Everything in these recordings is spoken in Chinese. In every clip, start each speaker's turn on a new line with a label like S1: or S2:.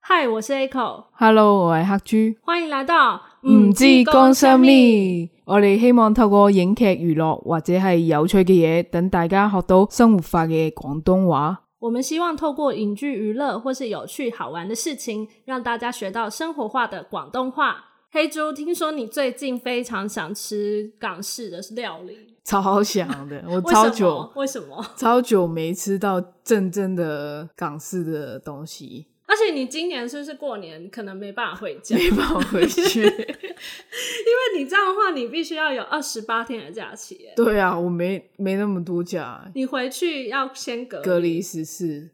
S1: 嗨，我是 Echo，
S2: Hello，我係黑豬。
S1: 欢迎来到
S2: 唔知講
S1: 生
S2: 生咩？我哋希望透過影劇娛樂或者係有趣嘅嘢，等大家學到生活化嘅廣東話。
S1: 我们希望透过影剧娱乐或是有趣好玩的事情，让大家学到生活化的广东话。黑猪，听说你最近非常想吃港式的料理，
S2: 超想的， 我
S1: 为
S2: 超
S1: 什
S2: 久
S1: 么？为什么？
S2: 超久没吃到正正的港式的东 西，
S1: 而且你今年是不是过年可能没办法回家？
S2: 没办法回去。
S1: 因为你这样的话，你必须要有二十八天的假期耶。
S2: 对啊，我没没那么多假，
S1: 你回去要先隔
S2: 隔离十四，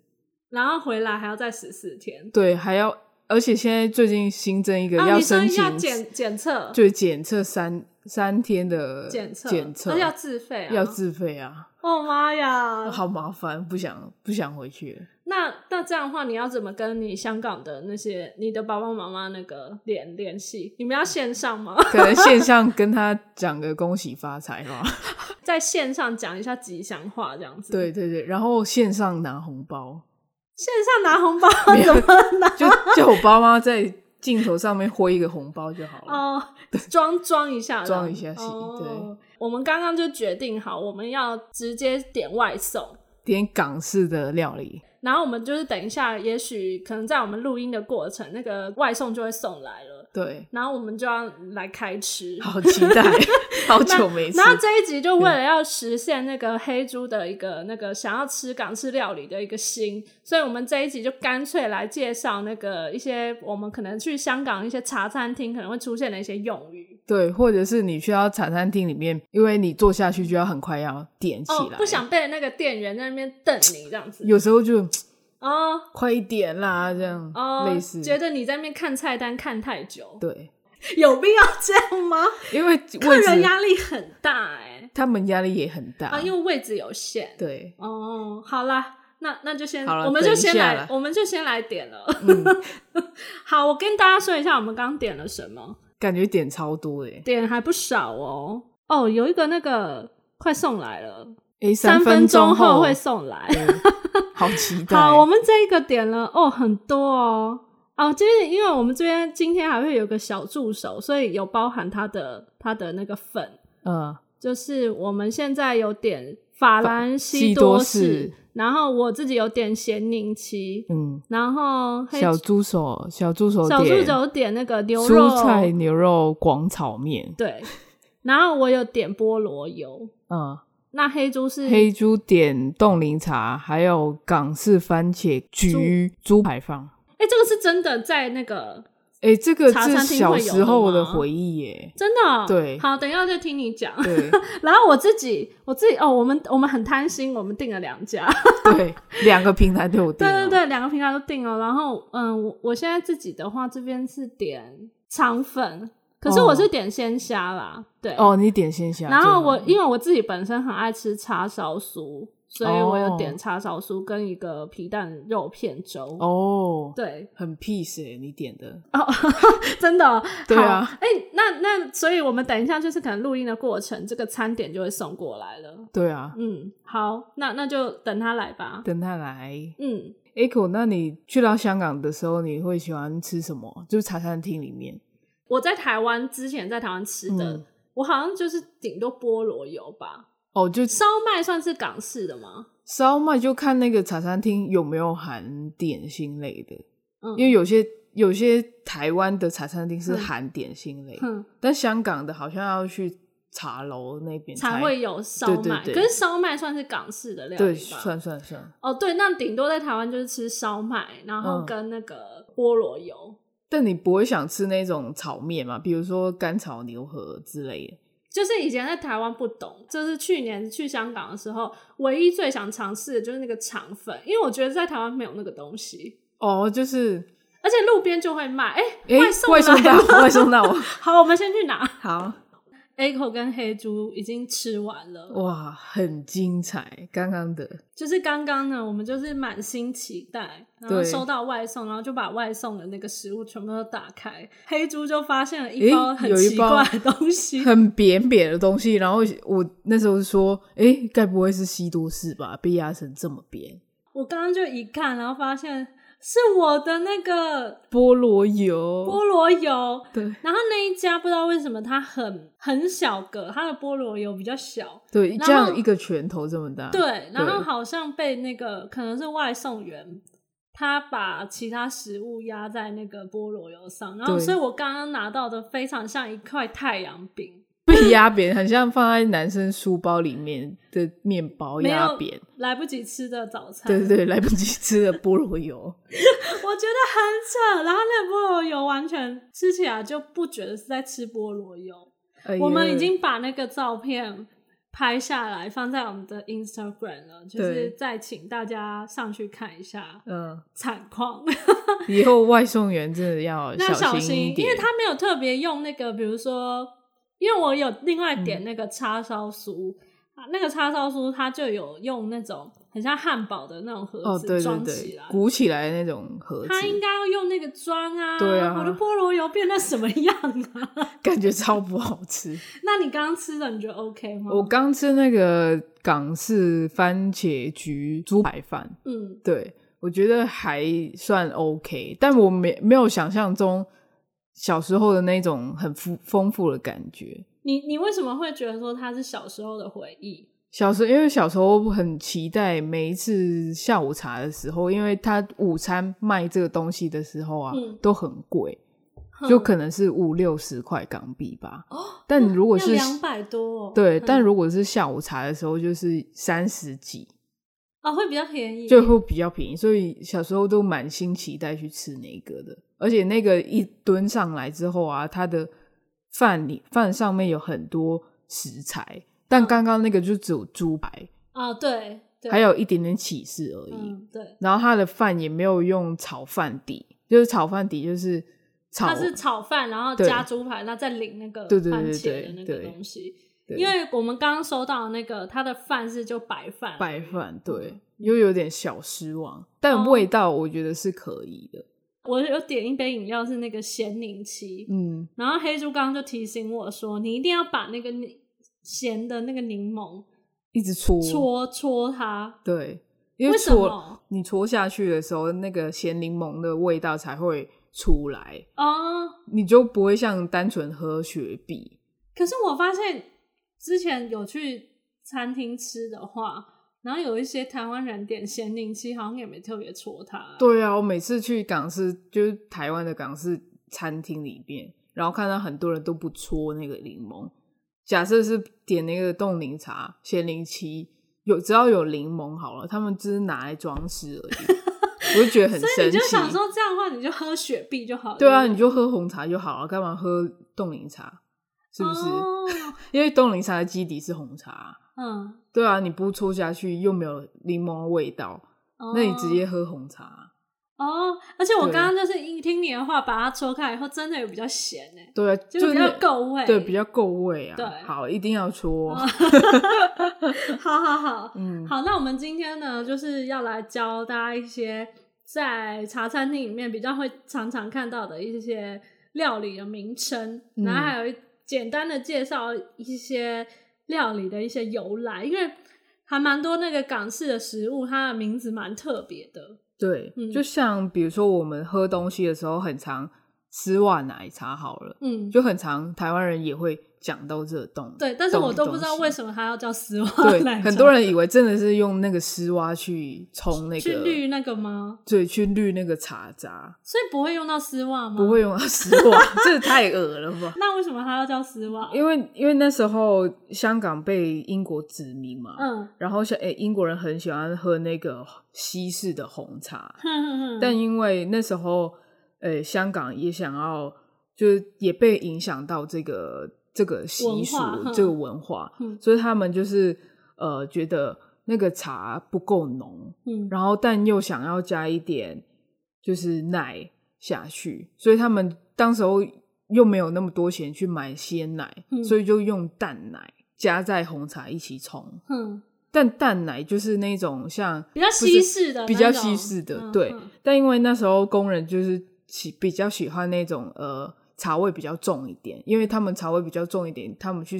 S1: 然后回来还要再十四天。
S2: 对，还要，而且现在最近新增一个
S1: 啊，你说
S2: 申请，
S1: 要检检测，
S2: 就检测三三天的
S1: 检测，
S2: 检测
S1: 而且要自费啊！
S2: 要自费啊，
S1: 哦妈呀！
S2: 好麻烦，不想不想回去了。
S1: 那那这样的话，你要怎么跟你香港的那些你的爸爸妈妈那个联联系？你们要线上吗？
S2: 可能线上跟他讲个恭喜发财吧，
S1: 在线上讲一下吉祥话，这样子。
S2: 对，对对，然后线上拿红包，
S1: 线上拿红包
S2: 没有
S1: 怎么 拿？
S2: 就叫我爸妈在镜头上面挥一个红包就好了。
S1: 哦，装装一下，
S2: 装一下戏
S1: 哦、对，我们刚刚就决定好，我们要直接点外送。
S2: 点港式的料理，
S1: 然后我们就是等一下，也许可能在我们录音的过程，那个外送就会送来了，
S2: 对，
S1: 然后我们就要来开吃。
S2: 好期待， 好久没吃
S1: 然。后这一集就为了要实现那个黑猪的一个那个想要吃港式料理的一个心，所以我们这一集就干脆来介绍那个一些我们可能去香港一些茶餐厅可能会出现的一些用语。
S2: 对，或者是你去到茶餐厅里面，因为你坐下去就要很快要点起
S1: 哦
S2: 来，，
S1: 不想被那个店员在那边瞪你这样子。
S2: 有时候就
S1: 哦
S2: 快一点啦，这样、
S1: 哦，
S2: 类似，
S1: 觉得你在那边看菜单看太久，
S2: 对，
S1: 有必要这样吗？
S2: 因为
S1: 客
S2: 位
S1: 人
S2: 置
S1: 压力很大哎、
S2: 他们压力也很大，
S1: 啊，因为位置有限。
S2: 对，
S1: 哦，好啦，那那就先，
S2: 好啦
S1: 我们就
S2: 等
S1: 先
S2: 一下
S1: 来
S2: 啦，
S1: 我们就先来点了。
S2: 嗯
S1: 好，我跟大家说一下，我们刚点了什么，
S2: 感觉点超多诶，
S1: 点还不少哦。哦，有一个那个快送来了，
S2: 诶，
S1: 分
S2: 分
S1: 钟
S2: 后
S1: 会送来。
S2: 对 好期待。
S1: 好，我们这一个点了哦，很多哦。哦，就是因为我们这边今天还会有个小助手，所以有包含他的他的那个粉，
S2: 嗯，
S1: 就是我们现在有点法兰西
S2: 西多
S1: 士
S2: 士，
S1: 然后我自己有点咸宁七，
S2: 嗯，
S1: 然后黑
S2: 小猪手，小猪手
S1: 小助
S2: 点
S1: 手点那个牛肉
S2: 蔬菜牛肉广炒面，
S1: 对，然后我有点菠萝油，
S2: 嗯，
S1: 那黑猪是
S2: 黑猪点冻柠茶，还有港式番茄焗猪排饭。
S1: 哎、这个是真的在那个
S2: 诶，这个
S1: 茶
S2: 是
S1: 餐厅
S2: 小
S1: 会有
S2: 时
S1: 的
S2: 候的
S1: 吗
S2: 回忆耶。
S1: 真的哦
S2: 对
S1: 好，等一下再听你讲。
S2: 对
S1: 然后我自己我自己哦，我们我们很贪心，我们订了两家，
S2: 对，两个平台都有订
S1: 对
S2: 哦。
S1: 对对，两个平台都订了。然后嗯，我我现在自己的话这边是点肠粉，可是
S2: 哦
S1: 我是点鲜虾啦，对。
S2: 哦，你点先下。
S1: 然后我
S2: 真的
S1: 因为我自己本身很爱吃叉烧酥，所以我有点叉烧酥跟一个皮蛋肉片粥。
S2: 哦，
S1: 对，
S2: 很 peace 耶你点的。
S1: 真 的哦，
S2: 对啊
S1: 好。哎、那那所以我们等一下就是可能录音的过程，这个餐点就会送过来了。
S2: 对啊，
S1: 嗯，好，那那就等他来吧。
S2: 等他来。
S1: 嗯，
S2: Echo，那你去到香港的时候，你会喜欢吃什么？就是茶餐厅里面。
S1: 我在台湾之前在台湾吃的，
S2: 嗯
S1: 我好像就是顶多菠萝油吧。
S2: 哦，就
S1: 烧麦算是港式的吗？
S2: 烧麦就看那个茶餐厅有没有含点心类的，
S1: 嗯
S2: 因为有些有些台湾的茶餐厅是
S1: 嗯
S2: 含点心类，
S1: 哼，
S2: 但香港的好像要去茶楼那边
S1: 才会有烧
S2: 对对
S1: 麦。
S2: 对
S1: 可是烧麦算是港式的料理吧？
S2: 对，算算算。
S1: 哦，对，那顶多在台湾就是吃烧麦，然后
S2: 嗯
S1: 跟那个菠萝油，
S2: 但你不会想吃那种炒面嘛？比如说干炒牛河之类的。
S1: 就是以前在台湾不懂，就是去年去香港的时候，唯一最想尝试的就是那个肠粉，因为我觉得在台湾没有那个东西，
S2: 哦，就是
S1: 而且路边就会卖。哎、
S2: 诶，
S1: 外送
S2: 外送
S1: 来
S2: 到
S1: 了
S2: 外送到 我，
S1: 好，我们先去拿。
S2: 好
S1: Echo 跟黑猪已经吃完了，
S2: 哇，很精彩，刚刚的
S1: 就是刚刚呢，我们就是满心期待，然后
S2: 对
S1: 收到外送，然后就把外送的那个食物全部都打开，黑猪就发现了一
S2: 诶
S1: 包很
S2: 有一
S1: 奇
S2: 包
S1: 怪的东西，
S2: 很扁扁的东西，然后我那时候说，诶，该不会是西多士吧？被压成这么扁？
S1: 我刚刚就一看，然后发现是我的那个
S2: 菠萝油，
S1: 菠萝油，
S2: 对
S1: 然后那一家不知道为什么它很很小个，它的菠萝油比较小，
S2: 对，
S1: 然
S2: 这
S1: 后
S2: 样一个拳头这么大，
S1: 对，然后
S2: 啊对
S1: 好像被那个可能是外送员，他把其他食物压在那个菠萝油上，然后
S2: 对
S1: 所以我刚刚拿到的非常像一块太阳饼，
S2: 被压扁，很像放在男生书包里面的面包
S1: 没
S2: 压
S1: 有
S2: 扁，
S1: 来不及吃的早餐，
S2: 对对对，来不及吃的菠萝油，
S1: 我觉得很扯。然后那个菠萝油完全吃起来就不觉得是在吃菠萝油，
S2: 哎
S1: 我们
S2: 呀
S1: 已经把那个照片拍下来放在我们的 Instagram 了，就是
S2: 对
S1: 再请大家上去看一下
S2: 嗯，
S1: 惨况。
S2: 以后外送员真的要
S1: 那小
S2: 心一
S1: 心，因
S2: 点，
S1: 为他没有特别用那个，比如说，因为我有另外点那个叉烧酥，啊那个叉烧酥它就有用那种很像汉堡的那种盒
S2: 哦，
S1: 子
S2: 对对
S1: 装起
S2: 对
S1: 来，，
S2: 鼓起来的那种盒
S1: 它应
S2: 子，
S1: 该要用那个装啊。
S2: 对啊
S1: 我的菠萝油变成什么样啊？
S2: 感觉超不好吃。
S1: 那你刚刚吃的你觉得 OK 吗？
S2: 我刚吃那个港式番茄焗猪排饭，
S1: 嗯，
S2: 对我觉得还算 OK，但我没没有想象中小时候的那种很丰丰富的感觉。
S1: 你你为什么会觉得说它是小时候的回忆？
S2: 小时候，因为小时候很期待每一次下午茶的时候，因为他午餐卖这个东西的时候啊，
S1: 嗯
S2: 都很贵，就
S1: 能
S2: 可能是五六十块港币吧。但如果是
S1: 哦两百多、哦，
S2: 对，
S1: 嗯
S2: 但如果是下午茶的时候，就是三十几，
S1: 哦会比较便宜，
S2: 就会比较便宜，所以小时候都满心期待去吃那个的。而且那个一蹲上来之后啊，它的饭里饭上面有很多食材，但刚刚那个就只有猪排，
S1: 啊、对嗯对，
S2: 还有一点点起司而已。
S1: 嗯对，
S2: 然后它的饭也没有用炒饭底，就是炒饭底就是炒
S1: 它是炒饭，然后
S2: 对
S1: 加猪排，那再淋那个
S2: 对对对
S1: 番茄
S2: 对
S1: 的那个
S2: 对
S1: 东西。
S2: 对
S1: 因为我们刚刚收到的那个，它的饭是就白饭，
S2: 白饭，对
S1: 嗯，
S2: 又有点小失望，
S1: 哦
S2: 但味道我觉得是可以的。
S1: 我有点一杯饮料是那个咸柠七，
S2: 嗯，
S1: 然后黑猪刚刚就提醒我说，你一定要把那个柠咸的那个柠檬
S2: 一直搓
S1: 戳戳它，
S2: 对，因
S1: 为什
S2: 搓
S1: 么？
S2: 你搓下去的时候，那个咸柠檬的味道才会出来，
S1: 哦，
S2: 你就不会像单纯喝雪碧。
S1: 可是我发现之前有去餐厅吃的话。然后有一些台湾人点咸柠七，好像也没特别戳它、
S2: 对啊，我每次去港式，就是台湾的港式餐厅里面，然后看到很多人都不搓那个柠檬。假设是点那个冻柠茶、咸柠七，有只要有柠檬好了，他们只是拿来装饰而 已，我就觉得很
S1: 所
S2: 生气。
S1: 以你就想说这样的话，你就喝雪碧就好了。
S2: 对啊，你就喝红茶就好了，干嘛喝冻柠茶？是不是？
S1: 哦、
S2: 因为冻柠茶的基底是红茶，
S1: 嗯，
S2: 对啊，你不搓下去又没有柠檬的味道，
S1: 哦
S2: 那你直接喝红茶。
S1: 哦。而且我
S2: 对
S1: 刚刚就是一听你的话，把它戳开以后，真的有比较咸呢、欸
S2: 对啊，
S1: 就是比
S2: 那
S1: 较够味。
S2: 对，比较够味啊。
S1: 对
S2: 好，一定要搓。
S1: 好好好、
S2: 嗯，
S1: 好。那我们今天呢，就是要来教大家一些在茶餐厅里面比较会常常看到的一些料理的名称，
S2: 嗯
S1: 然后还有一简单的介绍一些料理的一些由来，因为还蛮多那个港式的食物，它的名字蛮特别的。
S2: 对，
S1: 嗯
S2: 就像比如说我们喝东西的时候，很常丝袜奶茶好了，
S1: 嗯，
S2: 就很常台湾人也会讲到这东。
S1: 对，但是我都
S2: 懂
S1: 不知道
S2: 东西
S1: 为什么它要叫丝袜奶
S2: 对，
S1: 茶
S2: 很多人以为真的是用那个丝袜去冲那个，
S1: 去滤那个吗？
S2: 对，去滤那个茶渣，
S1: 所以不会用到丝袜吗？
S2: 不。会用到丝袜， 这太恶了吧？
S1: 那为什么它要叫丝袜？
S2: 因为因为那时候香港被英国殖民嘛，
S1: 嗯，
S2: 然后像诶、英国人很喜欢喝那个西式的红茶，
S1: 哼哼哼
S2: 但因为那时候诶、香港也想要，就是也被影响到这个这个习俗
S1: 文化
S2: 这个文化，
S1: 嗯
S2: 所以他们就是呃觉得那个茶不够浓，
S1: 嗯
S2: 然后但又想要加一点就是奶下去，所以他们当时候又没有那么多钱去买鲜奶，
S1: 嗯
S2: 所以就用淡奶加在红茶一起冲。
S1: 哼，
S2: 但淡奶就是那种像
S1: 比较西式的那种，
S2: 比较西式的，
S1: 嗯
S2: 对。
S1: 嗯
S2: 但因为那时候工人就是喜比较喜欢那种呃茶味比较重一点，因为他们茶味比较重一点，他们去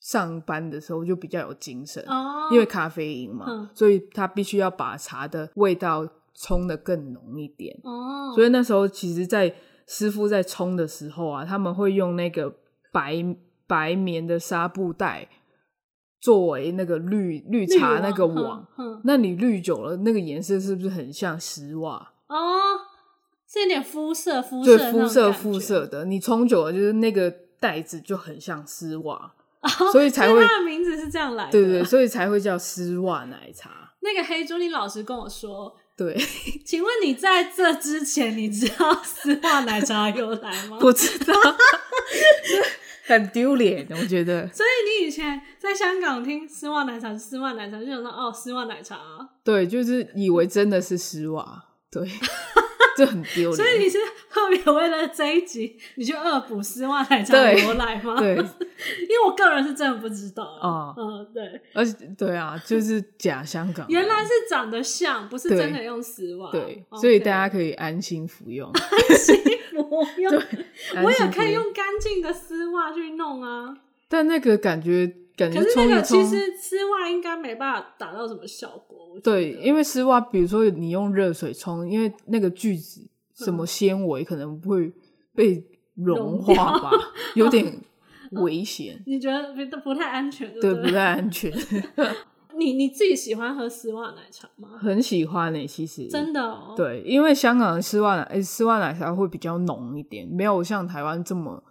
S2: 上班的时候就比较有精神。
S1: 哦，
S2: 因为咖啡因嘛，
S1: 嗯
S2: 所以它必须要把茶的味道冲的更浓一点。
S1: 哦，
S2: 所以那时候其实，在师傅在冲的时候啊，他们会用那个白白棉的纱布袋作为那个滤
S1: 绿
S2: 滤茶那个网。
S1: 网，嗯，
S2: 那你滤久了，那个颜色是不是很像石瓦？
S1: 嗯哦，是有点肤色肤
S2: 对
S1: 色，的
S2: 肤
S1: 那种
S2: 色
S1: 感
S2: 肤
S1: 觉
S2: 色，的，你冲久了就是那个袋子就很像丝 袜，所以才
S1: 所
S2: 会
S1: 以它的名字是这样来的。
S2: 对对，对所以才会叫丝袜奶茶。
S1: 那个黑猪，你老实跟我说，
S2: 对，
S1: 请问你在这之前，你知道 丝袜奶茶由来 吗？
S2: 不知道， 很丢脸，我觉得。
S1: 所以你以前在香港听丝袜奶茶是丝袜奶茶，就想说哦，丝袜奶茶啊、
S2: 对，就是以为真的是丝袜， 对，这很丢脸。
S1: 所以你是特别为了这一集，你去恶补丝袜奶茶的
S2: 对
S1: 由来吗？
S2: 对
S1: 因为我个人是真的不知道。
S2: 哦
S1: 嗯，对，
S2: 而且对啊，就是假香港人，
S1: 原来是哦长得像，不是
S2: 对
S1: 真的用丝袜。
S2: 对，
S1: OK
S2: 所以大家可以安心服用。
S1: 我用， 我
S2: 安
S1: 也
S2: 心服
S1: 可以用干净的丝袜去弄啊。
S2: 但那个感觉感觉
S1: 可是
S2: 冲
S1: 那
S2: 一
S1: 个其
S2: 冲，
S1: 实丝袜应该没办法达到什么效果。我觉
S2: 对，
S1: 得
S2: 因为丝袜，比如说你用热水冲，因为那个聚酯什
S1: 嗯
S2: 么纤维可能会被融化吧，有点危险，
S1: 你觉得不不太安全，
S2: 对，
S1: 不
S2: 不？太安全。
S1: 你你自己喜欢喝丝袜奶茶吗？
S2: 很喜欢呢、其实
S1: 真的哦，，
S2: 嗯对，因为香港的丝袜奶，诶丝袜奶茶会比较浓一点，没有像台湾这么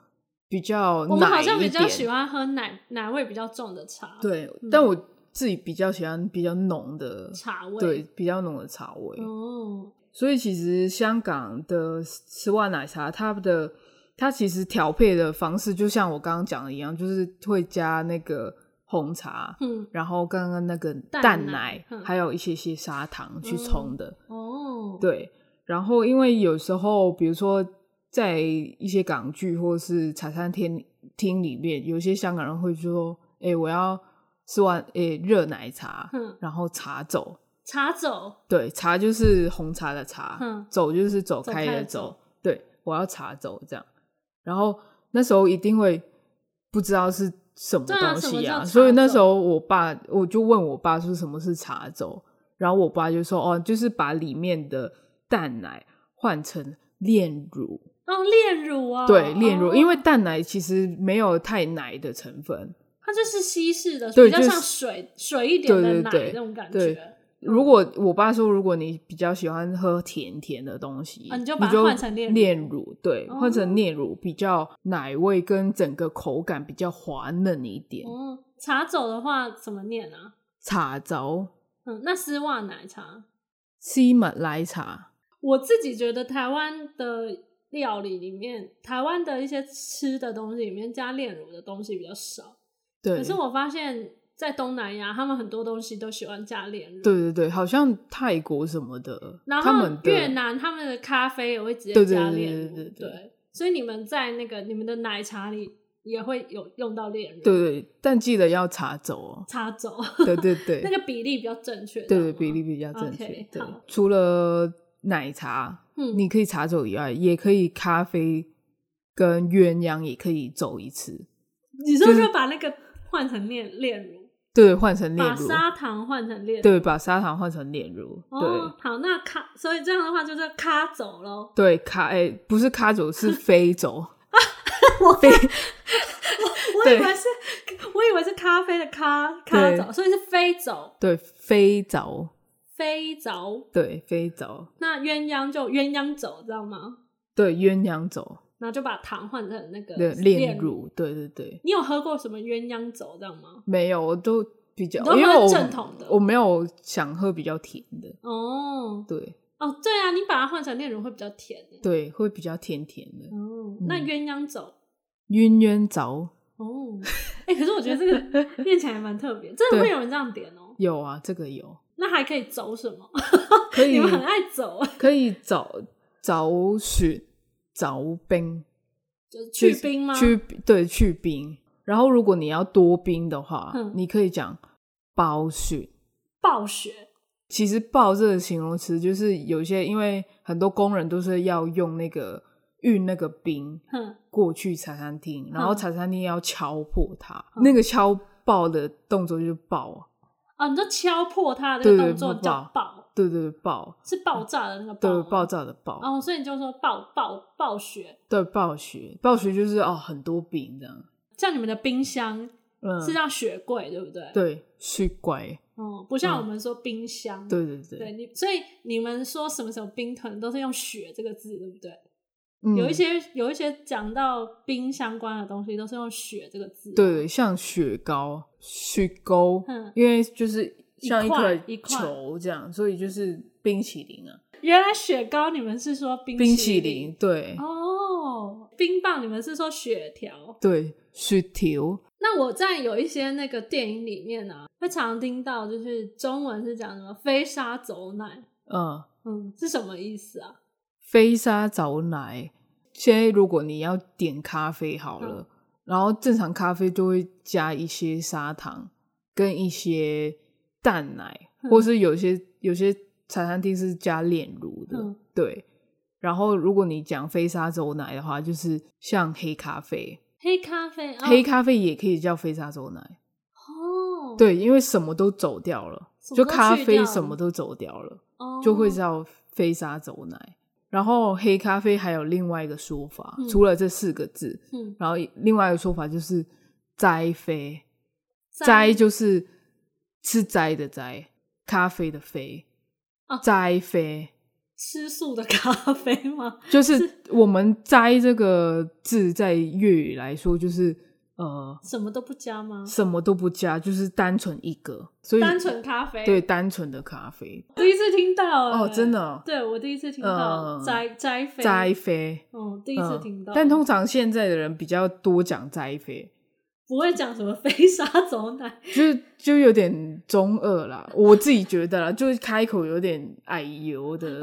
S2: 比较
S1: 我们
S2: 奶
S1: 好
S2: 一
S1: 像
S2: 点。
S1: 比较喜欢喝奶奶味比较重的茶，，
S2: 对，但我自己比较喜欢比较浓的
S1: 茶味，
S2: 对，比较浓的茶味。
S1: 哦，
S2: 所以其实香港的丝袜奶茶，它的它其实调配的方式，就像我刚刚讲的一样，就是会加那个红茶，
S1: 嗯，
S2: 然后刚刚那个
S1: 蛋
S2: 蛋
S1: 奶嗯
S2: 还有一些些砂糖去冲的。
S1: 哦，
S2: 对，然后因为有时候，比如说在一些港剧或是茶餐厅厅里面，有些香港人会说：“哎、我要吃完诶热奶茶，
S1: 嗯
S2: 然后茶走。”
S1: 茶走，
S2: 对，茶就是红茶的茶，
S1: 嗯
S2: 走就是走
S1: 走
S2: 开
S1: 开
S2: 的
S1: 的
S2: 走，
S1: 走
S2: 对，我要茶走这样。然后那时候一定会不知道是什么
S1: 对啊
S2: 东
S1: 什么
S2: 西
S1: 叫
S2: 啊，
S1: 茶
S2: 所以那时
S1: 走
S2: 候我爸我就问我爸说什么是茶走，然后我爸就说哦，就是把里面的蛋奶换成炼乳，
S1: 哦，炼乳啊，
S2: 对，炼乳，
S1: 哦
S2: 因为蛋奶其实没有太奶的成分，
S1: 它就是稀释的，
S2: 对
S1: 比较
S2: 就是
S1: 像水水一点的
S2: 对对
S1: 奶
S2: 对
S1: 那种感
S2: 对
S1: 觉，
S2: 如果我爸说，如果你比较喜欢喝甜甜的东西，
S1: 啊你
S2: 你
S1: 就把它换成炼乳
S2: 炼乳，对，
S1: 哦
S2: 换成炼乳比较奶味跟整个口感比较滑嫩一点。
S1: 哦，茶走的话怎么念啊？
S2: 茶轴
S1: 嗯，那丝袜奶茶，
S2: 西马奶茶，
S1: 我自己觉得台湾的料理里面，台湾的一些吃的东西里面加炼乳的东西比较少。
S2: 对，
S1: 可是我发现，在东南亚，他们很多东西都喜欢加炼乳。
S2: 对，对对，好像泰国什么的，
S1: 然
S2: 他
S1: 后
S2: 们的
S1: 越南他们的咖啡也会直接
S2: 对对
S1: 加
S2: 对
S1: 炼
S2: 对
S1: 乳。
S2: 对对
S1: 所以你们在那个你们的奶茶里也会有用到炼乳。，
S2: 对对，但记得要茶轴哦
S1: 擦走
S2: 对对对，
S1: 那个比例比较正确。
S2: 对
S1: 这样
S2: 对
S1: 吗
S2: 比例。比较正确。
S1: OK，
S2: 对
S1: 好，
S2: 除了奶茶，
S1: 嗯
S2: 你可以茶走以外，也可以咖啡跟鸳鸯也可以走一次。
S1: 你说
S2: 就是
S1: 就把那个换成炼炼乳，
S2: 对，换成炼
S1: 把
S2: 乳，
S1: 砂糖换成炼乳。
S2: 对，把砂糖换成炼乳，
S1: 哦，好，那咖，所以这样的话就是咖走喽。
S2: 对对咖，哎、不是咖走， 是非走，
S1: 我以
S2: 对
S1: 为是，我以为是咖啡的咖咖
S2: 对
S1: 走，所以是飞走
S2: 对，非走，
S1: 飞走。
S2: 对，非走，
S1: 那鸳鸯就鸳鸯走，知道吗？
S2: 对，鸳鸯走，
S1: 然后就把糖换成那个
S2: 对，炼。乳，对对对，
S1: 你有喝过什么鸳鸯酒这样吗？
S2: 没有，我都比较
S1: 你，都
S2: 因为
S1: 喝
S2: 我
S1: 正统的
S2: 我没有想喝比较甜的，
S1: 哦
S2: 对
S1: 哦，对啊，你把它换成炼乳会比较甜耶。
S2: 对，会比较甜甜的。
S1: 哦，那
S2: 嗯
S1: 鸳鸯酒
S2: 鸳鸯走
S1: 哦，哎、可是我觉得这 个念起来蛮特别，真的
S2: 对
S1: 会有人这样点哦。
S2: 有啊，这个有，
S1: 那还可以走什么？
S2: 可以
S1: 你们很爱走， 啊
S2: 可以早早雪早冰
S1: 就是去冰吗？
S2: 去对去冰。然后如果你要多冰的话，
S1: 嗯
S2: 你可以讲包雪。
S1: 暴雪
S2: 其实“爆”这个形容词，就是有些因为很多工人都是要用那个运那个冰
S1: 哼，
S2: 过去茶餐厅，然后
S1: 嗯
S2: 茶餐厅要敲破它，
S1: 嗯
S2: 那个敲爆的动作就是爆啊，
S1: 啊，你就敲破它的这个
S2: 对对
S1: 动作
S2: 爆
S1: 叫爆，
S2: 对对对，爆，
S1: 是爆炸的那个爆
S2: 对
S1: 吗，
S2: 爆炸的爆，
S1: 哦，所以你就说暴暴暴雪，
S2: 对暴雪，暴雪就是哦很多饼这样，
S1: 像你们的冰箱
S2: 嗯，
S1: 是叫雪柜，对不对？，
S2: 对，去乖，
S1: 嗯，不像
S2: 嗯
S1: 我们说冰箱，
S2: 对对
S1: 对，你所以你们说什么什么冰可能都是用雪这个字，对不对？
S2: 嗯、
S1: 有一些有一些讲到冰相关的东西都是用雪这个字，
S2: 对，像雪糕、雪糕，
S1: 嗯
S2: 因为就是像
S1: 块
S2: 块
S1: 一块
S2: 球这样，所以就是冰淇淋啊，
S1: 原来雪糕你们是说冰
S2: 冰
S1: 淇
S2: 淇淋，对、
S1: 哦，冰棒你们是说雪条。
S2: 对，雪条，
S1: 那我在有一些那个电影里面啊，会常听到就是中文是讲什么飞沙走奶，
S2: 嗯，
S1: 嗯，是什么意思啊？
S2: 飞沙走奶。现在如果你要点咖啡好了，
S1: 嗯
S2: 然后正常咖啡就会加一些砂糖跟一些淡奶，
S1: 嗯
S2: 或是有些有些茶餐厅是加炼乳的，
S1: 嗯
S2: 对。然后如果你讲飞沙走奶的话，就是像黑咖啡，
S1: 黑咖啡，哦、
S2: 黑咖啡也可以叫飞沙走奶，
S1: 哦，，
S2: 对，因为什么都走掉了，
S1: 什么
S2: 就
S1: 都
S2: 咖
S1: 去
S2: 啡
S1: 掉
S2: 什
S1: 了
S2: 么都走掉了。
S1: 哦、
S2: 就会叫飞沙走奶。然后黑咖啡还有另外一个说法，
S1: 嗯
S2: 除了这四个字，
S1: 嗯
S2: 然后另外一个说法就是摘啡，
S1: 摘
S2: 摘就是吃摘的摘，咖啡的啡
S1: 哦，
S2: 摘啡
S1: 吃素的咖啡吗？
S2: 就是我们摘这个字在粤语来说就是呃
S1: 什么都不加吗？
S2: 什么都不加，就是单纯一个，所以
S1: 单纯咖啡，
S2: 对，单纯的咖啡
S1: 第一次听到、欸、
S2: 哦，真的哦
S1: 对我第一次听到
S2: 嗯
S1: 摘摘飞，
S2: 摘啡。
S1: 嗯，第一次
S2: 嗯
S1: 听到，
S2: 但通常现在的人比较多讲斋啡，
S1: 不会讲什么 飞沙走奶，
S2: 就是就有点中二啦，我自己觉得啦，就是开口有点矮 油的，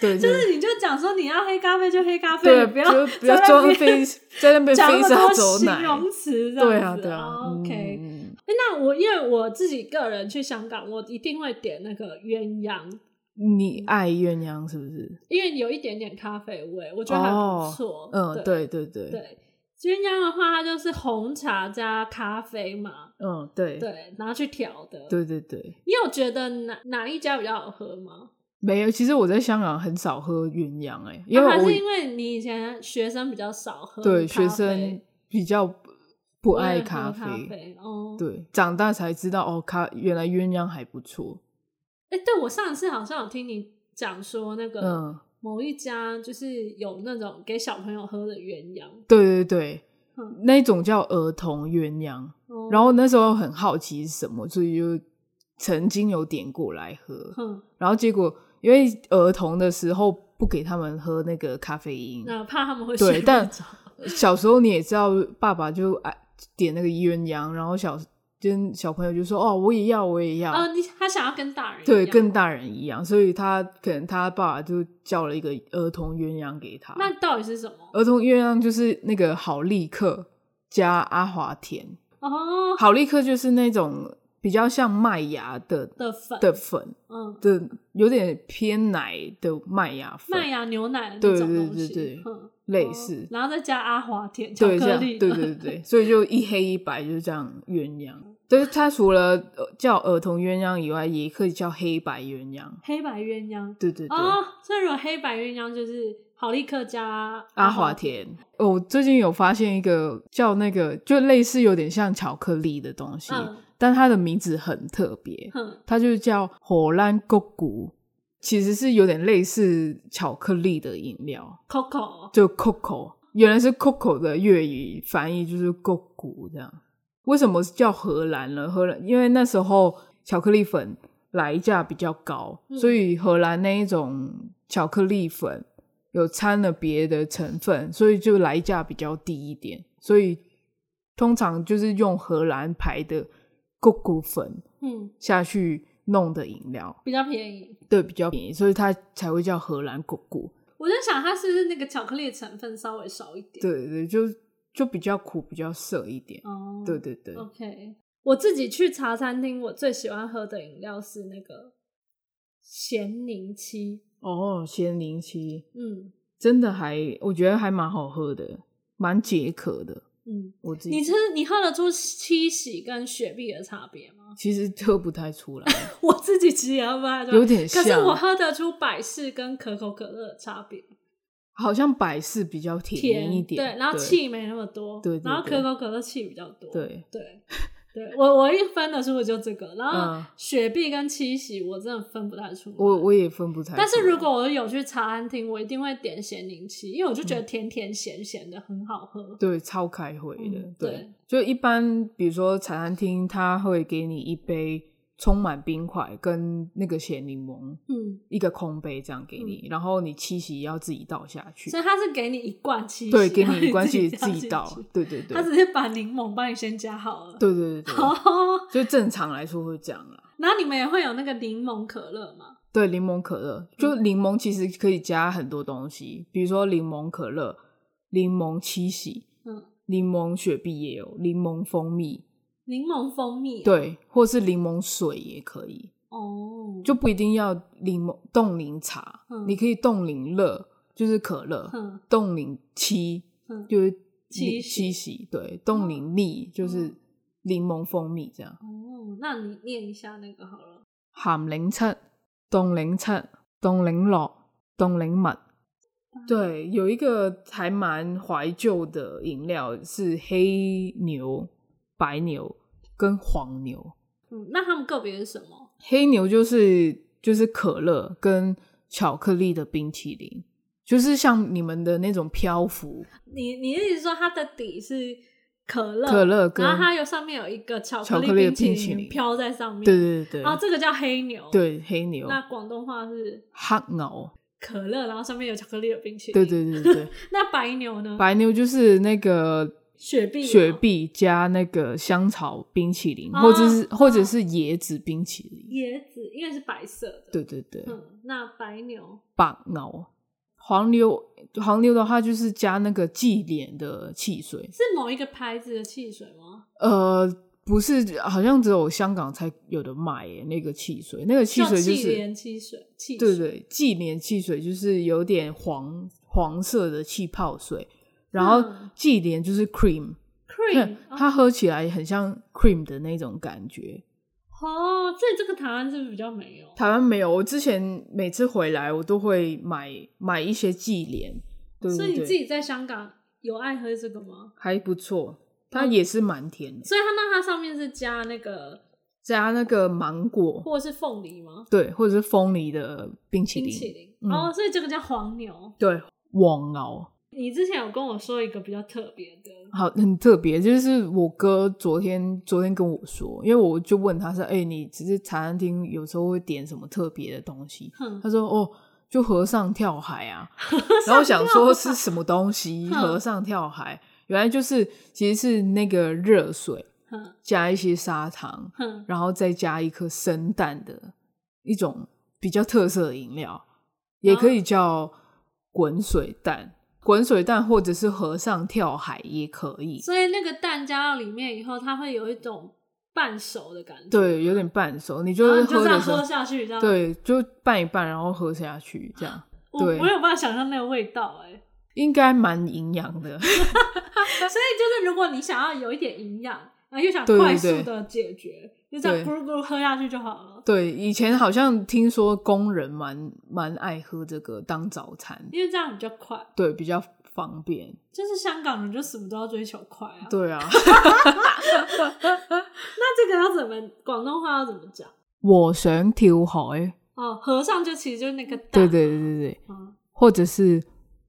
S2: 对，
S1: 就
S2: 就是
S1: 你就讲说你要黑咖啡就黑咖啡，
S2: 对，
S1: 你不要
S2: 就不要
S1: 在那
S2: 装
S1: 边
S2: 飞， 在那边
S1: 讲
S2: 飞
S1: 那
S2: 沙
S1: 么
S2: 走
S1: 多
S2: 奶
S1: 形，容词这样子，
S2: 对啊，对啊、
S1: 哦 OK，、
S2: 嗯嗯
S1: 诶那我因为我自己个人去香港，我一定会点那个鸳鸯，
S2: 你爱鸳鸯是不是？
S1: 因为有一点点咖啡味，我觉得还
S2: 哦
S1: 不错。
S2: 嗯，
S1: 对
S2: 对对对，
S1: 对，鸳鸯的话，它就是红茶加咖啡嘛，
S2: 嗯，对
S1: 对，然后去调的。，
S2: 对对对，
S1: 你有觉得哪哪一家比较好喝吗？
S2: 没有。其实我在香港很少喝鸳鸯，哎，因
S1: 啊还
S2: 为我
S1: 是因为你以前学生比较少喝咖
S2: 对
S1: 啡，
S2: 学生比较不不
S1: 不
S2: 爱
S1: 爱喝咖哦。
S2: 对，长大才知道哦，咖原来鸳鸯还不错。
S1: 哎，对我上次好像有听你讲说那个
S2: 嗯，
S1: 某一家就是有那种给小朋友喝的鸳鸯，
S2: 对对对，
S1: 嗯
S2: 那种叫儿童鸳鸯。
S1: 哦
S2: 然后那时候很好奇是什么，所以就曾经有点过来喝。
S1: 哼，
S2: 然后结果因为儿童的时候不给他们喝那个咖啡因，
S1: 那怕他们 会
S2: 对
S1: 睡不
S2: 但
S1: 着
S2: 小时候你也知道，爸爸就爱点那个鸳鸯，然后小跟小朋友就说哦，我也要，我也要。
S1: 哦，你他想要跟大人一
S2: 对，
S1: 样
S2: 跟大人一样，所以他可能他爸爸就叫了一个儿童鸳鸯给他。
S1: 那到底是什么？
S2: 儿童鸳鸯就是那个好利克加阿华田，
S1: 哦
S2: 好利克就是那种比较像麦芽的
S1: 的粉，
S2: 的粉
S1: 嗯，
S2: 的，有点偏奶的麦芽粉，
S1: 麦芽哦牛奶的
S2: 对
S1: 那种东
S2: 对
S1: 西，
S2: 对对
S1: 嗯，
S2: 类
S1: 哦
S2: 似，
S1: 然后再加阿华田巧
S2: 对，这
S1: 克
S2: 样，
S1: 力，
S2: 对对对，所以就一黑一白就是这样鸳鸯。对，它除了呃叫儿童鸳鸯以外，也可以叫黑白鸳�鸯。
S1: 黑白鸳鸯
S2: 对对对，
S1: 哦，所以如果黑白鸳鸯就是好利克加
S2: 阿华
S1: 华，
S2: 田。哦我最近有发现一个叫那个，就类似有点像巧克力的东西，
S1: 嗯
S2: 但它的名字很特别，
S1: 哼，
S2: 它就叫火兰谷谷，其实是有点类似巧克力的饮料，
S1: Coco
S2: 就 Coco。原来是 Coco 的粤语翻译就是谷谷这样。为什么叫荷兰呢？荷兰因为那时候巧克力粉来价比较高，
S1: 嗯
S2: 所以荷兰那一种巧克力粉有掺了别的成分，所以就来价比较低一点。所以通常就是用荷兰牌的谷谷粉
S1: 嗯，
S2: 下去弄的饮料，
S1: 比较便宜。
S2: 对，比较便宜，所以它才会叫荷兰谷谷。
S1: 我在想，它是不是那个巧克力的成分稍微少一点？，
S2: 对对对，就就比较苦，比较涩一点。
S1: 哦，
S2: 对对对，
S1: OK，我自己去茶餐厅，我最喜欢喝的饮料是那个咸柠七。
S2: 哦，咸柠七
S1: 嗯，
S2: 真的还，我觉得还蛮好喝的，蛮解渴的。
S1: 嗯，
S2: 我自己
S1: 你吃你喝得出七喜跟雪碧的差别吗？
S2: 其实喝不太 出来，
S1: 我自己其实也喝不太出来
S2: 有点
S1: 可是
S2: 像
S1: 我喝得出百事跟可口可乐的差别，
S2: 好像百事比较
S1: 甜
S2: 甜一点，
S1: 对，然后气没那么多，
S2: 对对对
S1: 然后可口可乐气比较多，
S2: 对
S1: 对对，我我一分得出我就这个，然后
S2: 嗯
S1: 雪碧跟七喜我真的分不太出来，
S2: 我我也分不太出来。
S1: 但是如果我有去茶餐厅，我一定会点咸柠七，因为我就觉
S2: 嗯
S1: 得甜甜咸咸的很好喝，
S2: 对超开胃的，
S1: 嗯对
S2: 对，就一般比如说茶餐厅，他会给你一杯充满冰块跟那个咸柠檬
S1: 嗯，
S2: 一个空杯这样给你，然后你七喜要自己倒下去
S1: 所，以它是给你一罐七喜，
S2: 对，给
S1: 然后
S2: 你一罐七喜
S1: 自
S2: 自己
S1: 倒
S2: 倒
S1: 进去，
S2: 对对对
S1: 它，只是把柠檬帮你先加好了，
S2: 对对对对，
S1: 哦，
S2: 就正常来说会这样啦。
S1: 然后你们也会有那个柠檬可乐吗？
S2: 对，柠檬可乐，就
S1: 嗯
S2: 柠檬其实可以加很多东西，比如说柠檬可乐、柠檬七喜、
S1: 嗯，
S2: 柠檬雪碧也有，柠檬蜂蜜，
S1: 柠檬蜂蜜、，啊
S2: 对，或是柠檬水也可以。
S1: 哦，
S2: 就不一定要柠檬冻柠茶，
S1: 嗯
S2: 你可以冻柠乐，就是可乐；
S1: 嗯
S2: 冻柠七
S1: 嗯，
S2: 就是
S1: 七喜
S2: 七喜，对；冻柠蜜就是
S1: 嗯
S2: 柠檬蜂蜜这样。
S1: 哦，那你念一下那个好了。
S2: 咸柠七、冻柠七、冻柠乐、冻柠蜜。
S1: 嗯
S2: 对，有一个还蛮怀旧的饮料是黑牛、白牛跟黄牛。
S1: 嗯，那他们个别是什么？
S2: 黑牛就是就是可乐跟巧克力的冰淇淋，就是像你们的那种漂浮
S1: 你你的意思说它的底是可乐，
S2: 可乐跟
S1: 然后它有上面有一个巧
S2: 巧
S1: 克
S2: 克力的
S1: 淇
S2: 冰淇
S1: 淋
S2: 淋
S1: 飘在上面，
S2: 对对对
S1: 然后这个叫黑牛，，
S2: 对黑牛
S1: 那广东话是
S2: 黑牛，
S1: 可乐，然后上面有巧克力的冰淇淋，
S2: 对。对对对，
S1: 那白牛呢？
S2: 白牛就是那个
S1: 雪碧，
S2: 雪，碧加那个香草冰淇淋，
S1: 哦
S2: 或者是或者是椰子冰淇淋，
S1: 椰子，因为是白色的，，
S2: 对对对，
S1: 嗯，那白牛，
S2: 白牛。黄牛，黄牛的话就是加那个忌廉的汽水，
S1: 是某一个牌子的汽水吗？
S2: 呃，不是，好像只有香港才有的卖耶。那个汽水，那个汽水就
S1: 叫气
S2: 是，
S1: 莲汽水，汽
S2: 对
S1: 水，
S2: 对，纪念汽水就是有点黄黄色的气泡水，然后
S1: 嗯
S2: 纪念就是 cream，、
S1: cream，哦
S2: 它喝起来很像 cream 的那种感觉。
S1: 哦，所以这个台湾是不是比较没有？
S2: 台湾没有，我之前每次回来我都会买买一些纪念，对
S1: 所
S2: 对
S1: 以你
S2: 对，
S1: 自己在香港有爱喝这个吗？
S2: 还不
S1: 嗯
S2: 错，它也是蛮甜的，
S1: 所以它那它上面是加那个
S2: 加那个芒果，
S1: 或者是凤梨吗？
S2: 对，或者是枫梨的冰淇
S1: 哦冰
S2: 淋，
S1: 淇淋、
S2: 嗯
S1: 哦，所以这个叫黄牛。
S2: 对，黄牛。
S1: 你之前有跟我说一个比较特别的，
S2: 好，很特别，就是我哥昨天昨天跟我说，因为我就问他说：“哎、你只是茶餐厅有时候会点什么特别的东西
S1: 哼？”，
S2: 他说：“哦，就和尚跳海 啊。”然后我想说是什么东西？
S1: 哼
S2: 和尚跳海，原来就是其实是那个热水
S1: 哼
S2: 加一些砂糖，
S1: 哼，
S2: 然后再加一颗生蛋的一种比较特色的饮料，也可
S1: 哦
S2: 以叫滚水蛋。滚水蛋或者是和尚跳海也可以，
S1: 所以那个蛋加到里面以后，它会有一种半熟的感觉，，
S2: 对，有点半熟，你就
S1: 然后
S2: 是
S1: 你就
S2: 喝
S1: 这样
S2: 的时候
S1: 喝，下去，这样，
S2: 对，就拌一拌，然后喝下去，这样
S1: 我我
S2: 对
S1: 没有办法想象那个味道、哎，
S2: 应该蛮营养的。
S1: 所以就是如果你想要有一点营养，然后又想
S2: 对对
S1: 快速
S2: 对
S1: 的解决，就这样
S2: 对
S1: 咕噜咕噜喝下去就好了。
S2: 对，以前好像听说工人蛮蛮爱喝这个当早餐，
S1: 因为这样比较快，
S2: 对，比较方便。
S1: 就是香港人就什么都要追求快啊。
S2: 对啊，
S1: 那这个要怎么广东话要怎么讲？
S2: 我想跳海，
S1: 哦，和尚就其实就是那个蛋，
S2: 对对对对对，
S1: 嗯
S2: 或者是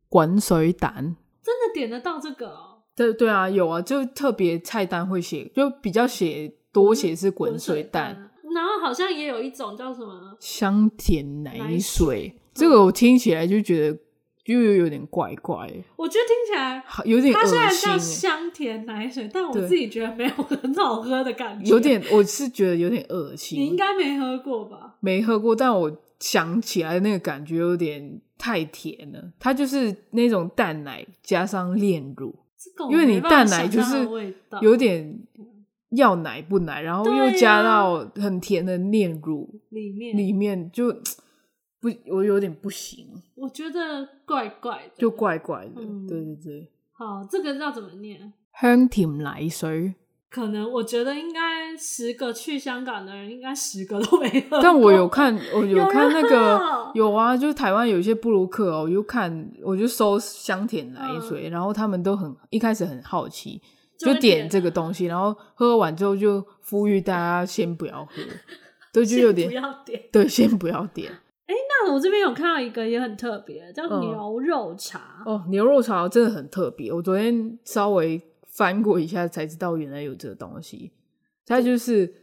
S2: 滚水蛋。
S1: 真的点得到这个哦，
S2: 对对啊，有啊，就特别菜单会写，就比较写多写
S1: 嗯
S2: 是滚水蛋，
S1: 啊。然后好像也有一种叫什么，
S2: 香甜奶
S1: 奶
S2: 水，
S1: 水嗯
S2: 这个我听起来就觉得就有点怪怪，
S1: 我觉得听起来
S2: 好有点
S1: 它虽然
S2: 恶
S1: 叫
S2: 心欸，
S1: 香甜奶水，但我
S2: 对
S1: 自己觉得没有很好喝的感觉。
S2: 有，点我是觉得有点恶心。
S1: 你应该没喝过吧？
S2: 没喝过，但我想起来那个感觉有点太甜了，它就是那种淡奶加上炼乳，
S1: 这个我
S2: 因为
S1: 哦没
S2: 你
S1: 办法
S2: 淡奶就
S1: 想象它
S2: 是
S1: 的味道
S2: 有点要奶不奶，然后
S1: 对
S2: 又加
S1: 呀
S2: 到很甜的炼乳
S1: 里面，
S2: 里面就，不，我有点不行，
S1: 我觉得怪怪的。
S2: 就怪怪的。
S1: 嗯
S2: 对对对，
S1: 好，这个要怎么念？
S2: 香甜奶水，
S1: 可能我觉得应该十个去香港的人，应该十个都没喝过。
S2: 但我有看，我有看那
S1: 有
S2: 个
S1: 啊
S2: 有啊，就是台湾有一些布鲁克哦，我就看，我就搜香甜奶水，然后他们都很一开始很好奇，
S1: 嗯就
S2: 就
S1: 会
S2: 点
S1: 点啊
S2: 这个东西，然后喝完之后就呼吁大家先不 要喝，对，就有
S1: 不
S2: 点
S1: 要点。
S2: 对，先不要点
S1: 那我这边有看到一个也很特别，叫
S2: 嗯
S1: 牛肉茶。
S2: 哦。牛肉茶真的很特别，我昨天稍微翻过一下才知道原来有这个东西，它就是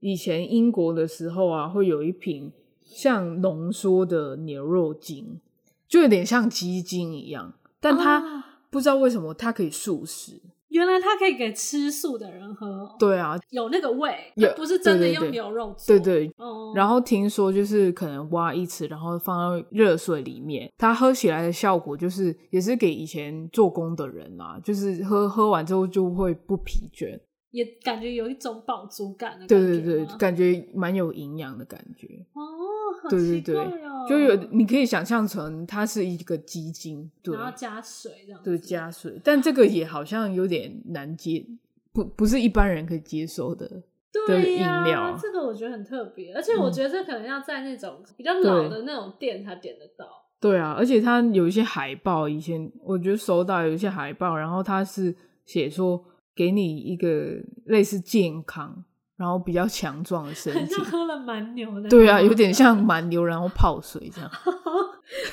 S2: 以前英国的时候啊，会有一瓶像浓缩的牛肉精，就有点像鸡精一样，但它、
S1: 啊
S2: 不知道为什么它可以素食。
S1: 原来它可以给吃素的人喝哦，
S2: 对啊，
S1: 有那个味，
S2: 有
S1: 它不是真的
S2: 对对对
S1: 用牛肉做。
S2: 对对，
S1: 哦，
S2: 然后听说就是可能挖一匙，然后放到热水里面，它喝起来的效果就是也是给以前做工的人啊，就是喝喝完之后就会不疲倦。
S1: 也感觉有一种饱足感的感
S2: 对
S1: 觉
S2: 对对
S1: 吗，
S2: 感觉蛮有营养的感觉，
S1: 哦，好
S2: 对
S1: 奇
S2: 对
S1: 怪
S2: 对
S1: 哦，
S2: 就有你可以想象成它是一个鸡精，对
S1: 然后加水这样子，
S2: 对加水，但这个也好像有点难接，不不是一般人可以接受的。的
S1: 对呀
S2: 饮料
S1: 这个我觉得很特别，而且我
S2: 嗯
S1: 觉得这可能要在那种比较老的那种店才点得到。
S2: 对啊，而且它有一些海报，以前我觉得收到有一些海报，然后它是写说给你一个类似健康，然后比较强壮的身
S1: 很
S2: 体
S1: 像。喝了蛮牛的，
S2: 对啊，有点像蛮牛，然后泡水这样。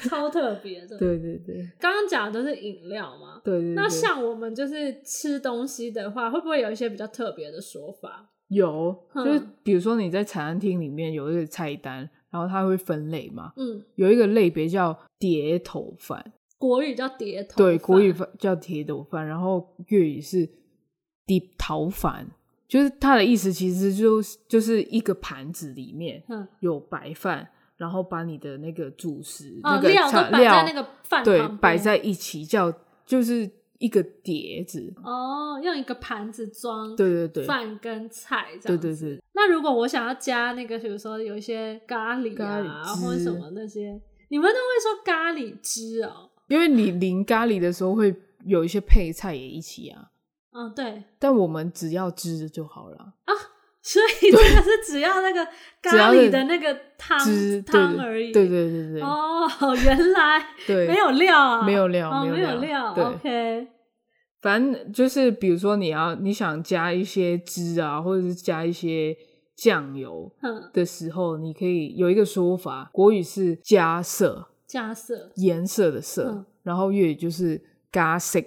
S1: 超特别的。，
S2: 对对对
S1: 刚刚讲的都是饮料嘛，
S2: 对对。
S1: 那
S2: 对
S1: 像我们就是吃东西的话，会不会有一些比较特别的说法？
S2: 有，就是
S1: 嗯
S2: 比如说你在餐厅里面有一个菜单，然后它会分类嘛，
S1: 嗯，
S2: 有一个类别叫碟头饭，
S1: 国语叫碟头，
S2: 对，国语叫铁头饭，然后粤语是碟头饭，就是它的意思其实就是就是一个盘子里面
S1: 嗯
S2: 有白饭，然后把你的那个主食、
S1: 啊
S2: 那个
S1: 料都
S2: 菜
S1: 摆在
S2: 料
S1: 那个饭
S2: 对
S1: 旁边
S2: 摆在一起叫就是一个碟子，
S1: 哦，用一个盘子装
S2: 对对对，
S1: 饭跟菜这
S2: 对
S1: 样子。
S2: 对对，
S1: 那如果我想要加那个，比如说有一些咖喱
S2: 咖
S1: 啊，
S2: 喱汁
S1: 或者什么那些，你们都会说咖喱汁哦。
S2: 因为你淋咖喱的时候会有一些配菜也一起啊，
S1: 嗯，对，
S2: 但我们只要汁就好了，
S1: 所以这个是只要那个
S2: 只要
S1: 咖
S2: 是
S1: 喱的那个汤
S2: 汁对
S1: 汤
S2: 对
S1: 而已。
S2: 对对对对，
S1: 哦，原来
S2: 对，
S1: 没有料啊，
S2: 没有料
S1: 哦，
S2: 没有
S1: 没有
S2: 料
S1: 料。
S2: 对
S1: OK，
S2: 反正就是，比如说你要你想加一些汁啊，或者是加一些酱油
S1: 嗯，
S2: 的时候，你可以有一个说法，国语是加色，
S1: 加色
S2: 颜色的色，
S1: 嗯
S2: 然后粤语就是加色。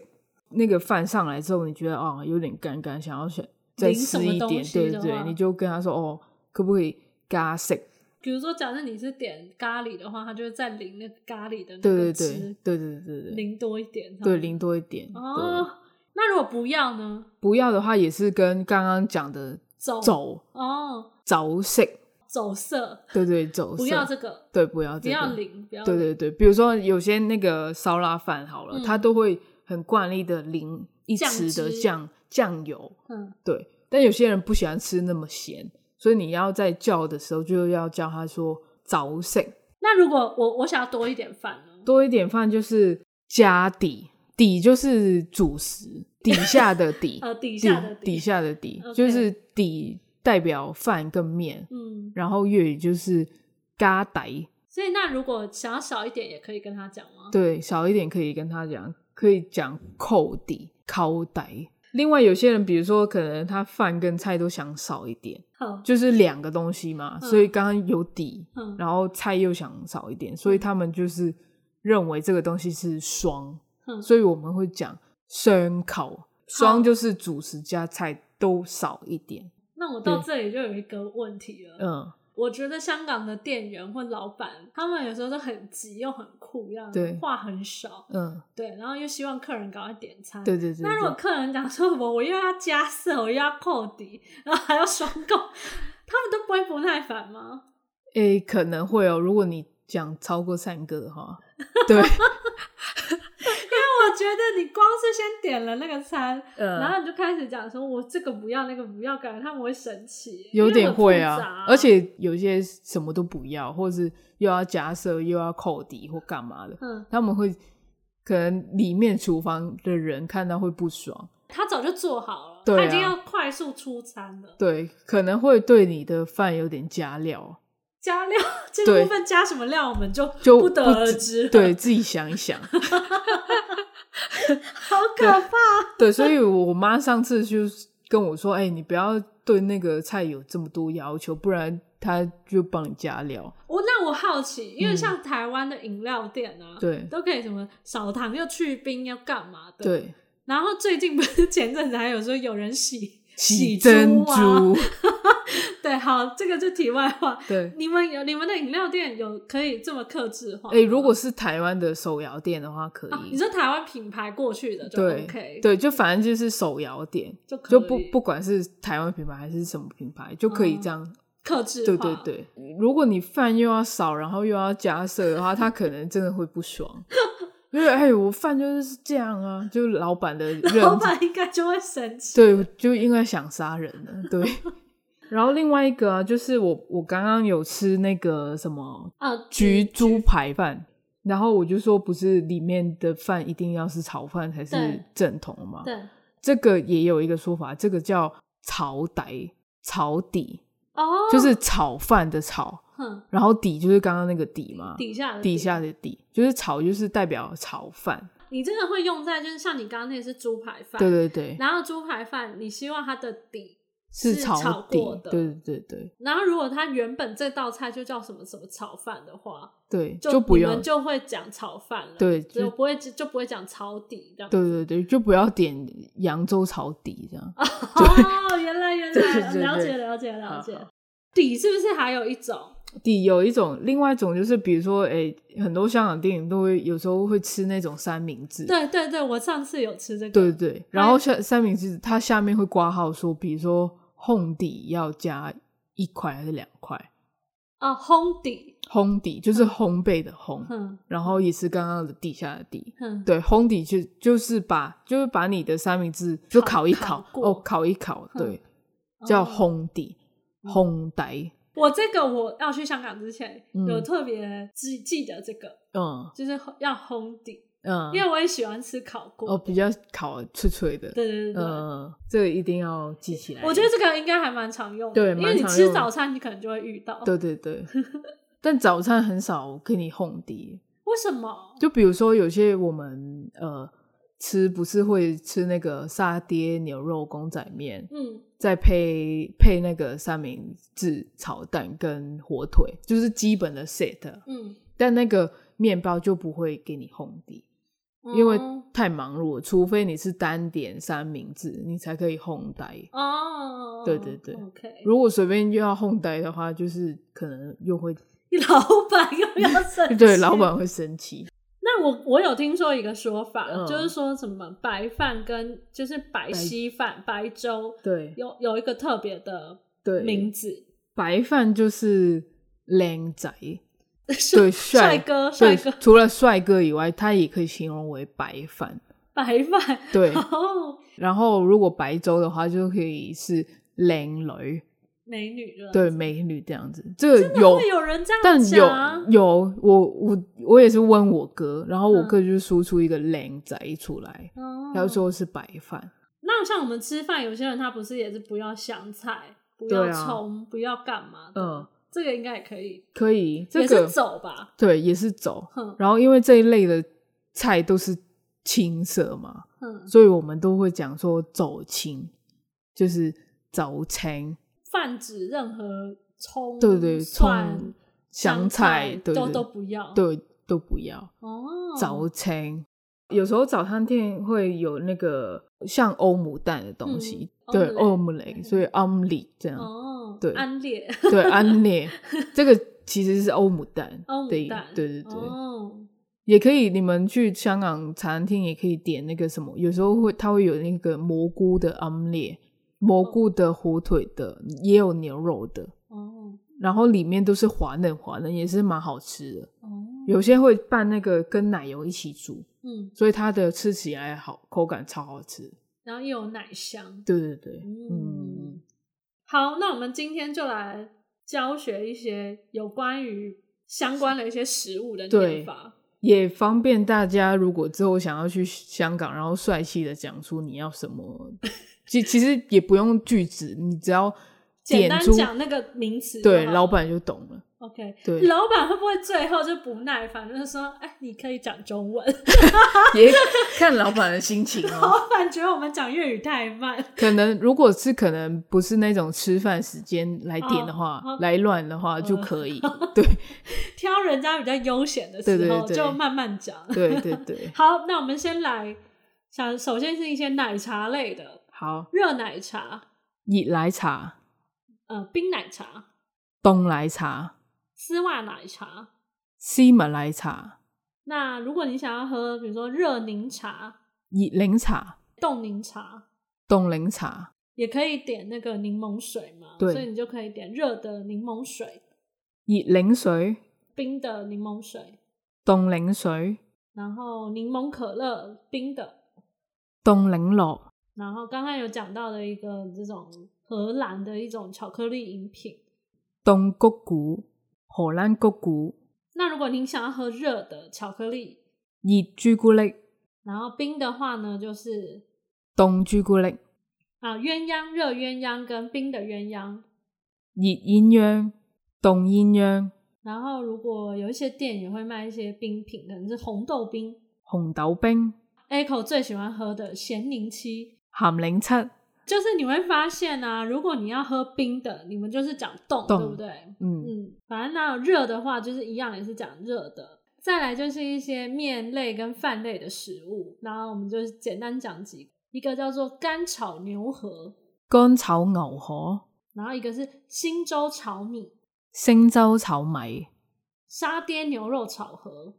S2: 那个饭上来之后，你觉得啊、哦、有点干干，想要想再
S1: 淋什
S2: 吃
S1: 么
S2: 一
S1: 东
S2: 点，
S1: 西
S2: 对
S1: 的
S2: 对，
S1: 话
S2: 你就跟他说哦，可不可以加色？
S1: 比如说，假设你是点咖喱的话，它就会再淋那个咖喱的那
S2: 对
S1: 个
S2: 对
S1: 汁，
S2: 对对对对对对，
S1: 淋多一点。
S2: 对淋多一点。对，
S1: 哦，那如果不要呢？
S2: 不要的话也是跟刚刚讲的
S1: 走
S2: 走
S1: 哦，
S2: 走色。
S1: 走色，
S2: 对对，走
S1: 不
S2: 色
S1: 要这个，
S2: 对，不要、
S1: 不
S2: 这个、
S1: 要淋，不要
S2: 对
S1: 淋
S2: 对对，比如说有些那个烧腊饭好了，
S1: 嗯
S2: 它都会很惯例的淋一
S1: 酱
S2: 匙的
S1: 汁
S2: 酱酱油，
S1: 嗯，
S2: 对。但有些人不喜欢吃那么咸，所以你要在叫的时候就要叫他说早省，
S1: 那如果我我想要多一点饭呢？，
S2: 多一点饭就是加底，底就是主食底下的底
S1: 呃，底下的
S2: 底下的底
S1: OK
S2: 就是底代表饭跟面，
S1: 嗯，
S2: 然后粤语就是嘎底。
S1: 所以那如果想要少一点，也可以跟他讲吗？
S2: 对，少一点可以跟他讲，可以讲扣底、靠底。另外，有些人，比如说，可能他饭跟菜都想少一点，
S1: 好，
S2: 就是两个东西嘛，
S1: 嗯
S2: 所以刚刚有底，
S1: 嗯，
S2: 然后菜又想少一点，所以他们就是认为这个东西是双，
S1: 嗯
S2: 所以我们会讲双口，双
S1: 好
S2: 就是主食加菜都少一点，
S1: 那我到
S2: 对
S1: 这里就有一个问题了。
S2: 嗯，
S1: 我觉得香港的店员或老板，他们有时候都很急又很酷，这样
S2: 对
S1: 话很少，
S2: 嗯，
S1: 对，然后又希望客人赶快点餐。
S2: 对对对
S1: 那如果
S2: 对，
S1: 客人讲说我我又要加色，我又要扣底，然后还要双扣， 他们都不会不耐烦吗？
S2: 诶，可能会哦，如果你讲超过三个的 话，对，
S1: 我觉得你光是先点了那个餐，
S2: 嗯
S1: 然后你就开始讲说我这个不要那个不要，感觉他们会生气，
S2: 有
S1: 因为
S2: 点
S1: 很复
S2: 会
S1: 杂
S2: 啊，而且有些什么都不要，或是又要加色又要扣底或干嘛的，
S1: 嗯
S2: 他们会可能里面厨房的人看到会不爽，
S1: 他早就做好了，
S2: 对
S1: 他
S2: 啊
S1: 已经要快速出餐了。
S2: 对，可能会对你的饭有点 加料，
S1: 加料这
S2: 对
S1: 个部分加什么料，我们就
S2: 就
S1: 不得
S2: 不
S1: 而
S2: 知
S1: 知了。
S2: 对，自己想一想。
S1: 好可怕。
S2: 对，所以我妈上次就是跟我说：“哎、你不要对那个菜有这么多要求，不然她就帮你加料。
S1: 我那我好奇，因为像台湾的饮料店啊，
S2: 嗯对
S1: 都可以什么少糖又去冰要干嘛”的。。
S2: 对，
S1: 然后最近不是前阵子还有说有人洗
S2: 洗
S1: 猪
S2: 珍
S1: 啊
S2: 珠，
S1: 对，好，这个就题外话。
S2: 对。
S1: 你们有你们的饮料店有可以这么克制化吗？
S2: 哎、如果是台湾的手摇店的话，可
S1: 啊
S2: 以。
S1: 你说台湾品牌过去的就
S2: 对
S1: OK，，
S2: 对，就反正就是手摇店，
S1: 就可以
S2: 就不不管是台湾品牌还是什么品牌，就可以
S1: 嗯
S2: 这样。
S1: 克制
S2: 对
S1: 化。
S2: 对对，如果你饭又要少，然后又要加色的话，他可能真的会 不爽。因为哎，我饭就是这样啊，就是老板的认
S1: 老板应该就会生气。
S2: 对，就应该想杀人了。 对，然后另外一个啊，就是我我刚刚有吃那个什么
S1: 呃，
S2: 焗猪排饭，然后我就说不是里面的饭一定要是炒饭才是
S1: 对
S2: 正统嘛？
S1: 对，
S2: 这个也有一个说法，这个叫炒底，炒底
S1: 哦，
S2: 就是炒饭的炒，
S1: 哼，
S2: 然后底就是刚刚那个底嘛，
S1: 底下的
S2: 底下的底就是炒，就是代表炒饭。
S1: 你真的会用在就是像你刚刚那是猪排饭，
S2: 对对对，
S1: 然后猪排饭，你希望它的底
S2: 是
S1: 炒
S2: 底
S1: 过。的，
S2: 对对对对
S1: 然后如果它原本这道菜就叫什么什么炒饭的话，
S2: 对，
S1: 就
S2: 不
S1: 你
S2: 用
S1: 们。就会讲炒饭了，
S2: 对就
S1: 就不会就不会讲炒底这样。
S2: 对对对，就不要点扬州炒底这样。
S1: 哦，原来原
S2: 对对
S1: 来
S2: 对
S1: 了解
S2: 对
S1: 了解了
S2: 好
S1: 解。底是不是还有一种？
S2: 底有一种，另外一种就是，比如说，诶，很多香港电影都会有时候会吃那种三明治。
S1: 对对对，我上次有吃这个。
S2: 对对对，然后下三明治它下面会挂号说，比如说烘底要加一块还是两块，
S1: 哦，烘底，
S2: 烘底就是
S1: 嗯
S2: 烘焙的烘，
S1: 哼
S2: 然后也是刚刚的底下的底。
S1: 哼，
S2: 对，烘底就就是把就是把你的三明治就
S1: 烤
S2: 烤一
S1: 烤
S2: 烤
S1: 过
S2: 哦，烤一烤，
S1: 嗯
S2: 对，叫
S1: 哦嗯
S2: 烘底，烘底，
S1: 我这个我要去香港之前、
S2: 嗯
S1: 有特别记记得这个，
S2: 嗯
S1: 就是要烘底，
S2: 嗯，
S1: 因为我也喜欢吃烤锅。
S2: 哦，比较烤脆脆的，
S1: 对对对对。
S2: 嗯，这个一定要记起来。
S1: 我觉得这个应该还蛮常用的，
S2: 对
S1: 因
S2: 蛮
S1: 为你
S2: 常
S1: 吃
S2: 用的
S1: 早餐，你可能就会遇到。，
S2: 对对 对，但早餐很少给你烘底，
S1: 为什么？
S2: 就比如说有些我们呃吃不是会吃那个沙爹牛肉公仔面，
S1: 嗯，
S2: 再配配那个三明治炒蛋跟火腿，就是基本的 set，
S1: 嗯，
S2: 但那个面包就不会给你烘底。因为
S1: 哦
S2: 太忙碌了，除非你是单点三明治，你才可以烘底。
S1: 哦，
S2: 对对对
S1: ，OK，
S2: 如果随便又要哄呆的话，就是可能又会
S1: 你老板又要生气
S2: 对老。板会生气。
S1: 那我我有听说一个说法，
S2: 嗯
S1: 就是说什么白饭跟就是白稀饭、白粥
S2: 对
S1: 有有一个特别的
S2: 对，
S1: 名字，
S2: 白饭就是靓仔，
S1: 对
S2: 对 帅
S1: 帅哥帅
S2: 对
S1: 哥，
S2: 除了帅哥以外，他也可以形容为白饭。
S1: 白饭。
S2: 对，
S1: 哦，
S2: 然后如果白粥的话，就可以是靓女，
S1: 美女了，
S2: 对，美女这样子。这个
S1: 有
S2: 有
S1: 会有人这样
S2: 但有
S1: 讲
S2: 有我我我也是问我哥，然后我
S1: 嗯
S2: 哥就输出一个靓仔出来，
S1: 哦
S2: 他就说是白饭。
S1: 那像我们吃饭，有些人他不是也是不要香菜，不
S2: 对
S1: 要
S2: 啊
S1: 葱，不要干嘛的，
S2: 嗯，
S1: 这个应该也可以，
S2: 可以，这
S1: 也
S2: 个
S1: 是走吧，
S2: 对，也是走。
S1: 哼
S2: 然后因为这一类的菜都是青色嘛，
S1: 哼，
S2: 所以我们都会讲说走青，就是走青，
S1: 泛指任何葱、
S2: 对对，
S1: 蒜
S2: 葱、、香菜，对
S1: 都
S2: 对
S1: 都不要，
S2: 对都不要
S1: 哦，
S2: 走青。有时候早餐店会有那个像欧姆蛋的东西，
S1: 嗯
S2: 对，欧姆
S1: omelette
S2: 雷，所以 omelette 这样，
S1: 哦，
S2: 对
S1: 安 列
S2: 对，安列，这个其实是欧姆蛋
S1: 欧姆
S2: 的一，
S1: 蛋，
S2: 对对对，
S1: 哦，
S2: 也可以，你们去香港餐厅也可以点那个什么，有时候会它会有那个蘑菇的 omelette，蘑
S1: 嗯
S2: 菇的、火腿的，也有牛肉的，
S1: 哦，
S2: 然后里面都是滑嫩滑嫩，也是蛮好吃的。
S1: 哦，
S2: 有些会拌那个跟奶油一起煮，
S1: 嗯，
S2: 所以它的吃起来好，口感超好吃。
S1: 然后又有奶香，
S2: 对对对，
S1: 嗯
S2: 嗯，
S1: 好，那我们今天就来教学一些有关于相关的一些食物的
S2: 对
S1: 念法。
S2: 也方便大家，如果之后想要去香港，然后帅气的讲出你要什 么，其其实也不用句子，你只要
S1: 简
S2: 点
S1: 单
S2: 出
S1: 讲那啊个名词就好了，
S2: 对，老板就懂了。
S1: OK，
S2: 对
S1: 老板会不会最后就不耐烦，就是说，哎，你可以讲中文。
S2: 也看老板的心情哦。
S1: 老板觉得我们讲粤语太慢，
S2: 可能如果是可能不是那种吃饭时间来点的话，
S1: 哦哦
S2: 来乱的话就 可以。对
S1: 挑人家比较悠闲的时候
S2: 对对对
S1: 就慢慢讲。
S2: 对对对，
S1: 好，那我们先来想，首先是一些奶茶类的，
S2: 好，
S1: 热奶茶、
S2: 以来茶、
S1: 呃冰奶茶、
S2: 东来茶、
S1: 丝袜奶茶。
S2: 西门来茶、
S1: 那如果你想要喝，比如说热柠茶、
S2: 以零茶、
S1: 冻柠茶，
S2: 东零茶、
S1: 也可以点那个柠檬水嘛，
S2: 对
S1: 所以你就可以点热的柠檬水、
S2: 以零水、
S1: 冰的柠檬水，
S2: 东零水、
S1: 然后柠檬可乐冰的，
S2: 东零六。
S1: 然后刚刚有讲到的一个这种荷兰的一种巧克力饮品。
S2: 冬谷谷、荷兰谷谷、
S1: 那如果您想要喝热的巧克力，
S2: 热朱古力、
S1: 然后冰的话呢，就是
S2: 冻朱古力、
S1: 啊鸳鸯热鸳鸯跟冰的鸳鸯。
S2: 热鸳鸯、冻鸳鸯、
S1: 然后如果有一些店也会卖一些冰品，可能是红豆冰。
S2: 红豆冰、
S1: Echo 最喜欢喝的咸柠七，
S2: 咸柠七。
S1: 就是你会发现啊，如果你要喝冰的，你们就是讲冻，
S2: 冻
S1: 对不对？
S2: 嗯，
S1: 嗯，反正那有热的话，就是一样也是讲热的。再来就是一些面类跟饭类的食物，然后我们就是简单讲几个，一个叫做干炒牛河，
S2: 干炒牛河、
S1: 然后一个是新州炒米、
S2: 星洲炒米、
S1: 沙爹牛肉炒河、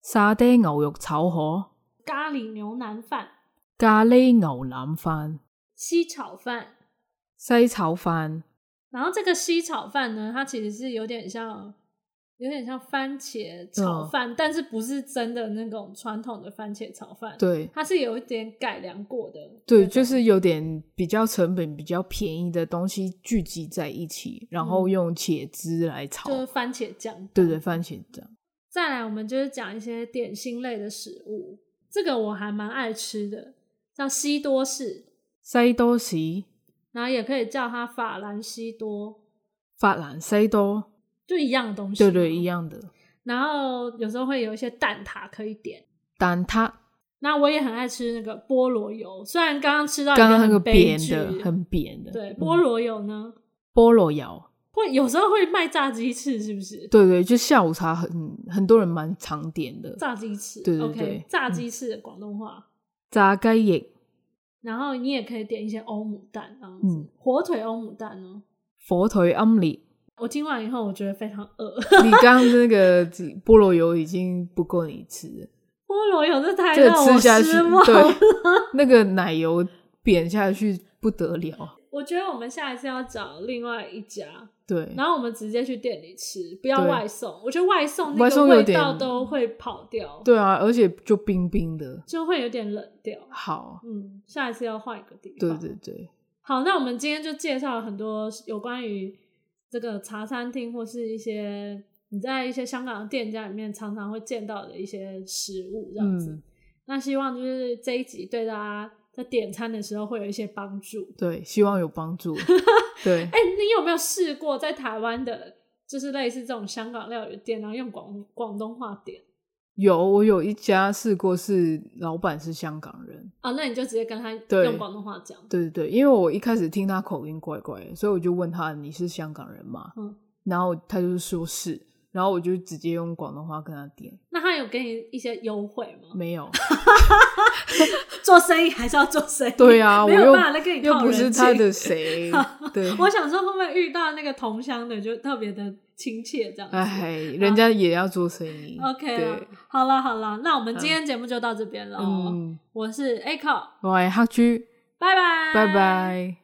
S2: 沙爹牛肉炒河、
S1: 咖喱牛腩饭、
S2: 咖喱牛腩饭、
S1: 西炒饭。
S2: 西炒饭、
S1: 然后这个西炒饭呢，它其实是有点像，有点像番茄
S2: 嗯
S1: 炒饭，但是不是真的那种传统的番茄炒饭，，
S2: 对
S1: 它是有一点改良过的那种。
S2: 对，就是有点比较成本比较便宜的东西聚集在一起，然后
S1: 嗯
S2: 用茄汁来炒。
S1: 就是番茄酱。
S2: 对对，番茄酱。
S1: 再来，我们就是讲一些点心类的食物，这个我还蛮爱吃的，叫西多士，
S2: 西多士、
S1: 然后也可以叫它法兰西多，
S2: 法兰西多。
S1: 就一样的东西。
S2: 对对，一。样的
S1: 然后有时候会有一些蛋挞可以点。
S2: 蛋挞，
S1: 那我也很爱吃那个菠萝油，虽然刚刚吃到一
S2: 刚刚那
S1: 很
S2: 个
S1: 悲
S2: 扁
S1: 剧
S2: 的，很扁的，
S1: 对
S2: 嗯
S1: 菠萝油呢，
S2: 菠萝油，
S1: 会有时候会卖炸鸡翅，是不是？
S2: 对对，就下午茶很很多人蛮常点的，
S1: 炸鸡翅，
S2: 对对
S1: o k
S2: 对嗯
S1: 炸鸡翅的广东话。
S2: 炸鸡翼、
S1: 然后你也可以点一些欧姆蛋，这样子，
S2: 嗯
S1: 火腿欧姆蛋呢、
S2: 火腿奄列。
S1: 我听完以后，我觉得非常饿。
S2: 你刚刚那个 菠萝油已经不够你吃了，
S1: 菠萝油这太
S2: 这
S1: 让
S2: 个
S1: 我
S2: 吃下去
S1: 失望，
S2: 对那个奶油扁下去不得了。
S1: 我觉得我们下一次要找另外一家，
S2: 对，
S1: 然后我们直接去店里吃，不要
S2: 对
S1: 外送。我觉得外送那
S2: 外
S1: 个
S2: 送有
S1: 味
S2: 点
S1: 道都会跑掉，
S2: 对啊，而且就冰冰的，
S1: 就会有点冷掉。
S2: 好，
S1: 嗯，下一次要换一个地
S2: 对
S1: 方。
S2: 对对，
S1: 好，那我们今天就介绍了很多有关于这个茶餐厅或是一些你在一些香港的店家里面常常会见到的一些食物这样子。
S2: 嗯，
S1: 那希望就是这一集对大家在点餐的时候会有一些帮助。
S2: 对，希望有帮 助。对，
S1: 哎、你有没有试过在台湾的，就是类似这种香港料理店，然后用广广东话点
S2: 有，我有一家试过，是老板是香港人。
S1: 啊？那你就直接跟他
S2: 对
S1: 用广东话讲。
S2: 对对对，因为我一开始听他口音怪怪的，所以我就问他你是香港人吗？
S1: 嗯，
S2: 然后他就是说是，然后我就直接用广东话跟他点，
S1: 那他有给你一些优惠吗？
S2: 没有，
S1: 做生意还是要做生意。
S2: 对啊，我
S1: 没有
S2: 又
S1: 办法再跟你
S2: 又
S1: 套
S2: 不
S1: 人
S2: 是他
S1: 情
S2: 的谁，对，
S1: 我想说，会不会遇到那个同乡的就特别的亲切这样子？
S2: 哎，人家也要做生意
S1: OK 了
S2: 对，，
S1: 好了好了，那我们今天节目就到这边了哦。
S2: 嗯，
S1: 我是 Echo，
S2: 我系黑猪，
S1: 拜拜，
S2: 拜。拜。